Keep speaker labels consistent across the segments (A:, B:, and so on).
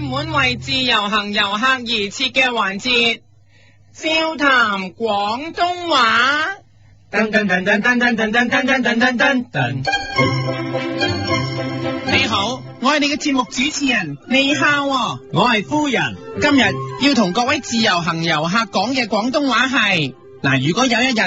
A: 門為自由行遊客而設嘅環節，笑談廣東話。
B: 噔噔噔噔噔噔噔噔噔噔噔噔噔。
A: 你好，我係你嘅節目主持人，你好、啊
B: 我係夫人。
A: 今日要同各位自由行遊客講嘅廣東話係嗱，如果有一日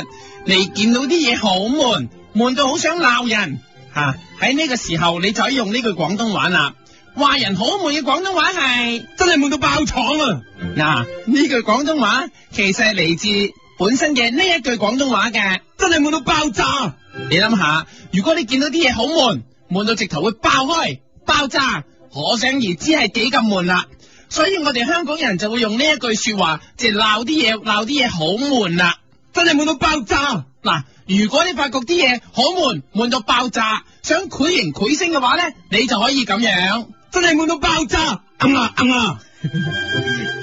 A: 你見到啲嘢好悶，悶到好想鬧人吓，喺呢個時候你就可以用呢句廣東話啦。話人好悶嘅廣東話係真係悶到爆廠啊！嗱，呢句廣東話其實係嚟自本身嘅呢一句廣東話嘅，真係悶到爆炸。你諗下，如果你見到啲嘢好悶，悶到直頭會爆開、爆炸，可想而知係幾咁悶啦。所以我哋香港人就會用呢一句說話，即係鬧啲嘢，鬧啲嘢好悶啦，真係悶到爆炸。嗱，如果你發覺啲嘢好悶，悶到爆炸，想繪形繪聲嘅話咧，你就可以咁樣，真係悶到爆炸，嗯啊嗯啊，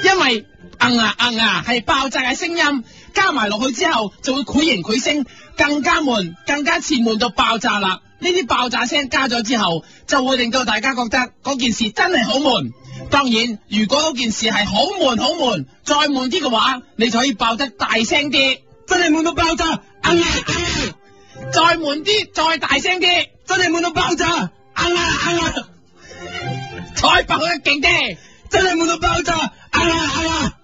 A: 因為嗯啊嗯啊係爆炸嘅聲音，加埋落去之後就會繪形繪聲，更加悶，更加似悶到爆炸啦。呢啲爆炸聲加咗之後，就會令到大家覺得嗰件事真係好悶。當然，如果嗰件事係好悶好悶，再悶啲嘅話，你就可以爆得大聲啲，真係悶到爆炸。嗯啊嗯啊再悶啲，再大聲啲，真係悶到爆炸。嗯啊嗯啊，再爆得勁啲，真係悶到爆炸。嗯啊嗯啊，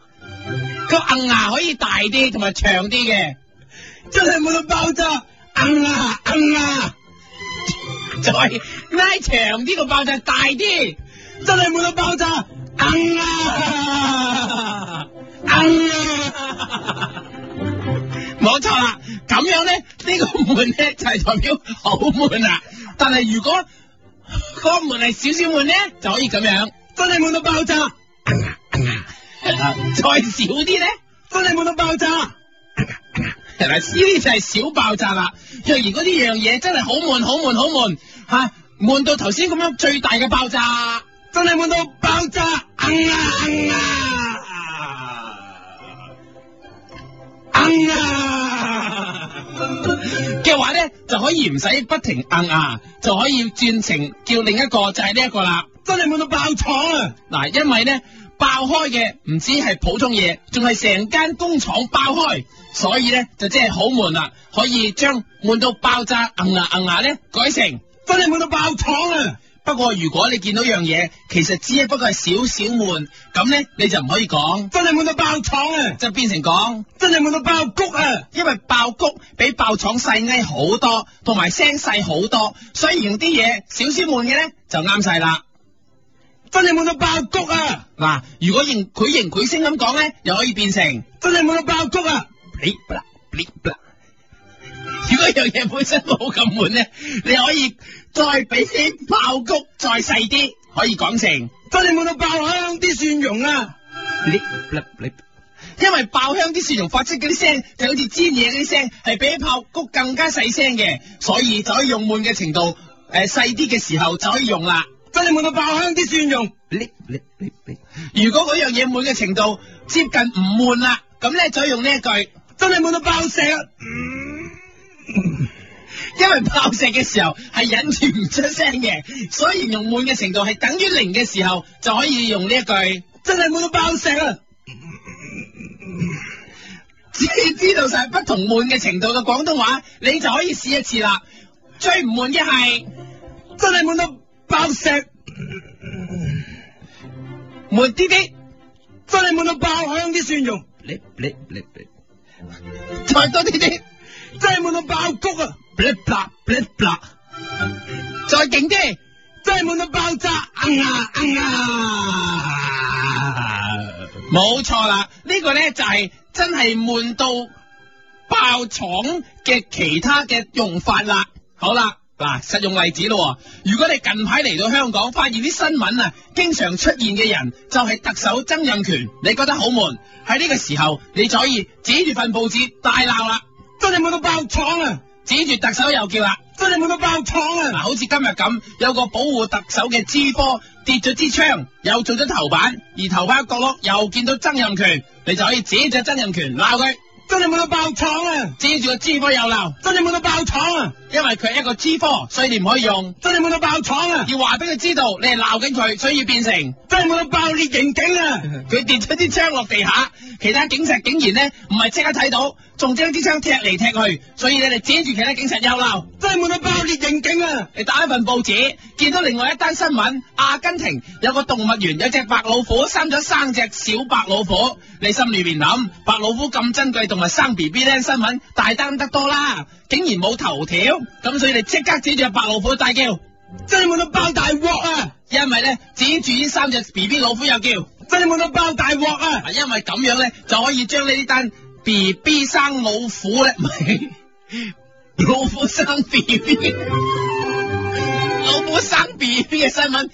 A: 個嗯牙可以大啲同埋長啲嘅，真係悶到爆炸。嗯啊嗯啊，再拉長啲個爆炸，大啲。真係悶到爆炸！嗯啊，嗯啊，冇錯啦。咁樣咧，呢、個悶咧就係、代表好悶啦。但係如果個悶係少少悶咧，就可以咁樣，真係悶到爆炸！嗯啊嗯啊，係啦再少啲咧，真係悶到爆炸！嗯啊嗯啊係啦，呢啲就係小爆炸啦。若然嗰啲樣嘢真係好悶，好悶，好悶吓。悶到頭先咁樣最大嘅爆炸，真係悶到爆炸，嗯啊嗯啊，嗯啊嘅話咧就可以唔使不停嗯啊，就可以轉成叫另一個就係呢一個啦，真係悶到爆廠啊！嗱，因為咧爆開嘅唔止係普通嘢，仲係成間工廠爆開。所以咧就即係好悶啦，可以將悶到爆炸，嗯啊嗯啊咧改成真係悶到爆廠啊！不過如果你見到樣嘢，其實只不過係少少悶，咁咧你就唔可以講真係悶到爆廠啊，就變成講真係悶到爆谷啊，因為爆谷比爆廠細埃好多，同埋聲細好多，所以用啲嘢少少悶嘅咧就啱晒啦。真係悶到爆谷啊！嗱，如果形佢形佢聲咁講咧，又可以變成真係悶到爆谷啊！噼啪啦噼啪啦如果樣嘢本身冇咁悶咧，你可以再俾啲爆谷再細啲，可以講成真係悶到爆香啲蒜蓉啊！噼啪啦噼啪因為爆香啲蒜蓉發出嗰啲聲就好似煎嘢嗰啲聲，係比爆谷更加細聲嘅，所以就可以用悶嘅程度誒細啲嘅時候就可以用啦。真係悶到爆香啲蒜蓉。如果嗰樣嘢悶嘅程度接近唔悶啦，咁咧就用呢一句，真係悶到爆石。啊因為爆石嘅時候係忍住唔出聲嘅，所以形容悶嘅程度係等於零嘅時候就可以用呢一句，真係悶到爆石啊！只要知道晒不同悶嘅程度嘅廣東話，你就可以試一次啦。最唔悶嘅係，真係悶到爆石，悶啲啲，真係悶到爆香啲蒜蓉。再多啲啲，真係悶到爆谷啊！再勁啲，真係悶到爆炸！嗯啊嗯啊，冇錯啦，呢個咧就係真係悶到爆廠嘅其他嘅用法啦。好啦。嗱，實用例子咯喎。如果你近排嚟到香港，發現啲新聞啊，經常出現嘅人就係特首曾蔭權，你覺得好悶。喺呢個時候，你就可以指住份報紙大鬧啦，真係悶到爆廠啊！指住特首又叫啦，真係悶到爆廠啊！嗱，好似今日咁，有個保護特首嘅支科跌咗支槍，又做咗頭版，而頭版角落又見到曾蔭權，你就可以指住曾蔭權鬧佢，
B: 真係悶到爆廠啊！
A: 指住個 G 科又鬧，
B: 真係悶到爆廠啊！
A: 因為佢係一個 G 科，所以你唔可以用。
B: 真係悶到爆廠啊！
A: 要話俾佢知道你係鬧緊佢，所以要變成
B: 真係悶到爆裂刑警啊！
A: 佢跌咗支槍落地下，其他警察竟然咧唔係即刻睇到，仲將支槍踢嚟踢去，所以咧你指住其他警察又鬧。
B: 真係悶到爆裂刑警啊！
A: 你打一份報紙，見到另外一單新聞，阿根廷有個動物園有隻白老虎生咗三隻小白老虎，你心裏邊諗，白老虎咁珍貴動物生 B B 咧，新聞大單得多啦，竟然冇頭條，咁所以你即刻指住白老虎大叫，
B: 真係悶到爆大鑊啊！
A: 因為咧指住呢三隻 B B 老虎又叫。
B: 真係悶到爆大鑊啊！
A: 啊，因為咁樣咧就可以將呢啲單 B B 生老虎咧，唔係 老虎生 B B，老虎生 B B 嘅新聞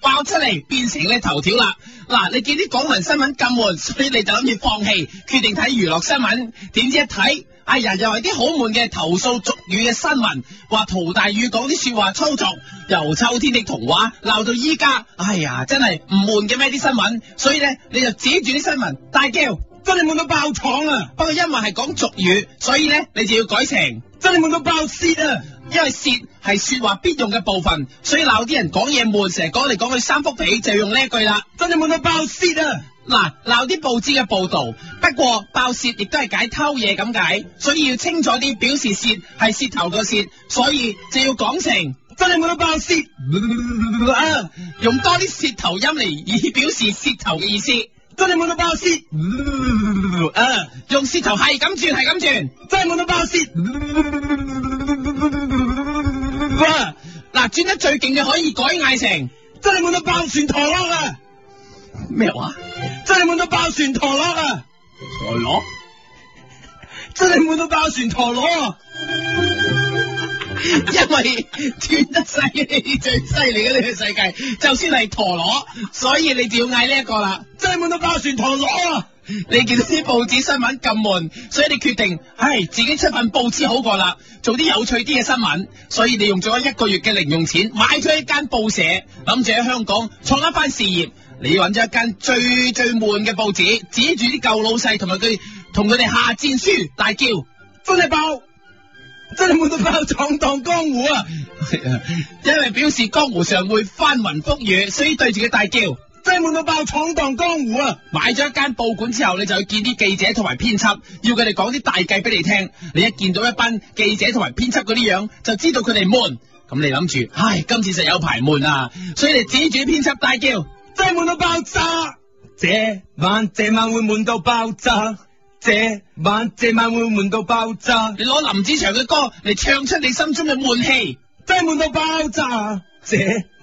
A: 爆出嚟，變成你頭條啦。嗱，你見啲港聞新聞咁悶，所以你就諗住放棄，決定睇娛樂新聞。點知一睇，哎呀，又係啲好悶嘅投訴俗語嘅新聞，話陶大宇講啲説話粗俗，由秋天的童話鬧到依家，哎呀，真係唔悶嘅咩啲新聞。所以咧，你就指住啲新聞大叫。
B: 真係悶到爆廠啊！
A: 不過因為係講俗語，所以咧你就要改成，
B: 真係悶到爆泄啊！
A: 因為舌係説話必用嘅部分，所以鬧啲人講嘢悶，成日講嚟講去三幅被就用呢一句啦。
B: 真係悶到爆泄啊！
A: 嗱，鬧啲報紙嘅報導，不過爆竊亦都係解偷嘢咁解，所以要清楚啲表示竊係舌頭個竊，所以就要講 成
B: 真係悶到爆泄啊！
A: 用多啲舌頭音嚟以表示舌頭嘅意 思。
B: 真係悶到爆泄啊！
A: 用舌頭係咁轉係咁轉，
B: 真係悶到爆泄啊！
A: 嗱轉得最勁嘅可以改嗌成
B: 真係悶到爆旋陀螺啊！
A: 咩話？
B: 真係悶到爆旋陀螺啊！
A: 陀螺。
B: 真係悶到爆旋陀螺啊！
A: 因為斷得犀利最犀利嘅呢個世界，就算係陀螺，所以你就要嗌呢一個啦。
B: 真係悶到爆旋陀螺啊！
A: 你見到啲報紙新聞咁悶，所以你決定，唉，自己出份報紙好過啦，做啲有趣啲嘅新聞。所以你用咗一個月嘅零用錢買咗一間報社，諗住喺香港創一番事業。你揾咗一間最最悶嘅報紙，指住啲舊老細同埋佢同佢哋下戰書，大叫。
B: 真係爆！真係悶到爆闖蕩江湖啊！
A: 因為表示江湖上會翻雲覆雨，所以對住佢大叫。
B: 真係悶到爆闖蕩江湖啊！
A: 買咗一間報館之後，你就去見啲記者同埋編輯，要佢哋講啲大計俾你聽。你一見到一班記者同埋編輯嗰啲樣，就知道佢哋悶。咁你諗住，唉，今次實有排悶啊！所以你指住啲編輯大叫，
B: 真係悶到爆炸！這晚這晚會悶到爆炸！這晚這晚會悶到爆炸！
A: 你攞林子祥嘅歌嚟唱出你心中嘅悶氣。
B: 真係悶到爆炸！這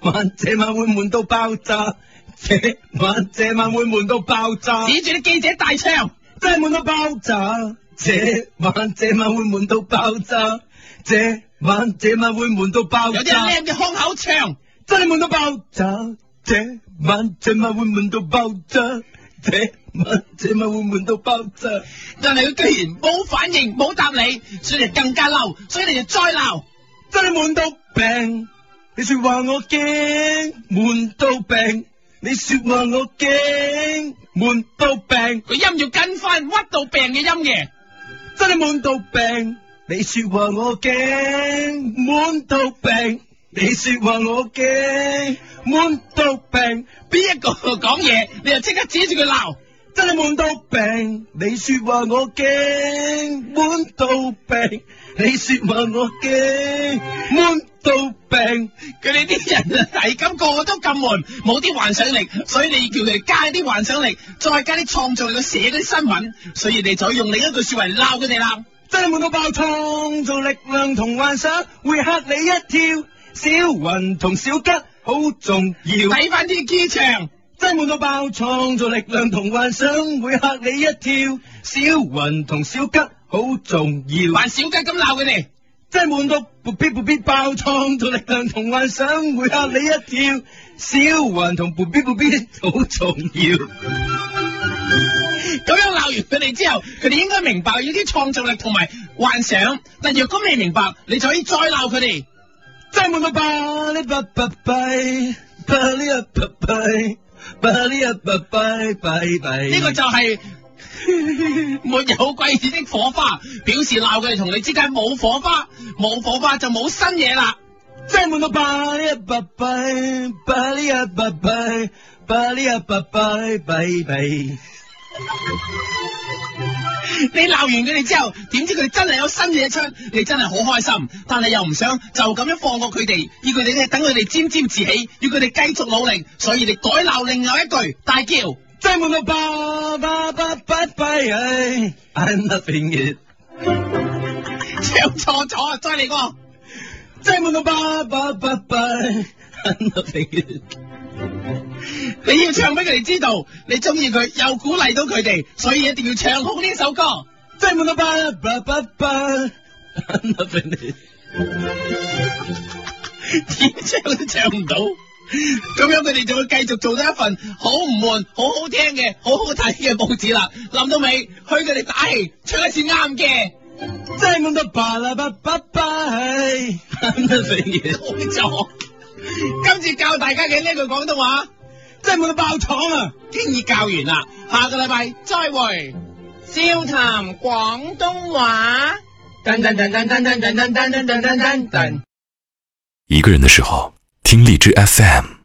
B: 晚這晚會悶到爆炸！這晚這晚會悶到爆炸！
A: 指住啲記者大唱，
B: 真係悶到爆炸！這晚這晚會悶到爆炸！這晚這晚會悶到爆
A: 有啲
B: 炸！
A: 人靚嘅胸口唱。
B: 真係悶到爆炸！這晚這晚會悶到爆炸！這晚這晚會悶到爆炸！
A: 但係佢居然冇反應，冇答你，所以你更加嬲，所以你就再鬧。
B: 真係悶到病，你說話我驚，悶到病，你說話我驚，悶到病，
A: 佢音要跟翻屈到病嘅音嘅，
B: 真係悶到病，你說話我驚，悶到病，你說話我驚，悶到病，
A: 邊一個講嘢你就即刻指住佢鬧。
B: 真係悶到病，你說話我驚，悶到病，你說話我驚，悶到病。
A: 佢哋啲人啊係咁個個都咁悶，冇啲幻想力，所以你叫佢哋加啲幻想力，再加啲創造力去寫嗰啲新聞，所以你就用另一句説話嚟鬧佢哋啦。
B: 真係悶到爆，創造力量同幻想會嚇你一跳。小雲同小吉好重要，
A: 睇翻啲機場，
B: 真係悶到爆，創造力量同幻想會嚇你一跳。小雲同小吉好重要，
A: 還小雞咁鬧佢哋，
B: 真係悶到噗咇噗咇爆，創造力量同幻想會嚇你一跳。小雲同噗咇噗咇好重要，
A: 咁樣鬧完佢哋之後，佢哋應該明白要啲創造力同埋幻想。但若果未明白，你就可以再鬧佢哋。
B: 真係悶到爆，你不不閉，不呢不閉，不呢不閉，閉閉。
A: 呢個就係 没有季节的火花，表示闹佢哋同你之間冇火花，冇火花就冇新嘢啦。
B: 真係悶到拜一拜拜，拜呢一拜拜，拜呢一拜拜拜拜。
A: 你鬧完佢哋之後，點知佢哋真係有新嘢出，你真係好開心，但係又唔想就咁樣放過佢哋，要佢哋咧等佢哋沾沾自喜，要佢哋繼續努力，所以你改鬧另外一句大叫。
B: 真係悶到拜拜拜拜拜，唉，I'm loving it。
A: 唱錯咗，再嚟過。
B: 真係悶到拜拜拜拜，I'm loving it。
A: 你要唱俾佢哋知道，你中意佢，又鼓勵到佢哋，所以一定要唱好呢首歌。
B: 真係悶到拜拜拜拜，I'm loving it。
A: 點唱都唱唔到，咁樣佢哋就會繼續做得一份好唔悶、好好聽嘅、好好睇嘅報紙啦。諗到尾，去佢哋打氣，唱一次啱嘅。
B: 真係悶到拜啦拜拜拜，I'm loving it。
A: 好咗。今次教大家嘅呢句廣東話，
B: 真係悶到爆廠啊！
A: 經已教完啦，下個禮拜再會。笑談廣東話。噔噔噔噔噔噔噔噔噔噔噔噔噔。
C: 一个人的时候，听荔枝 FM。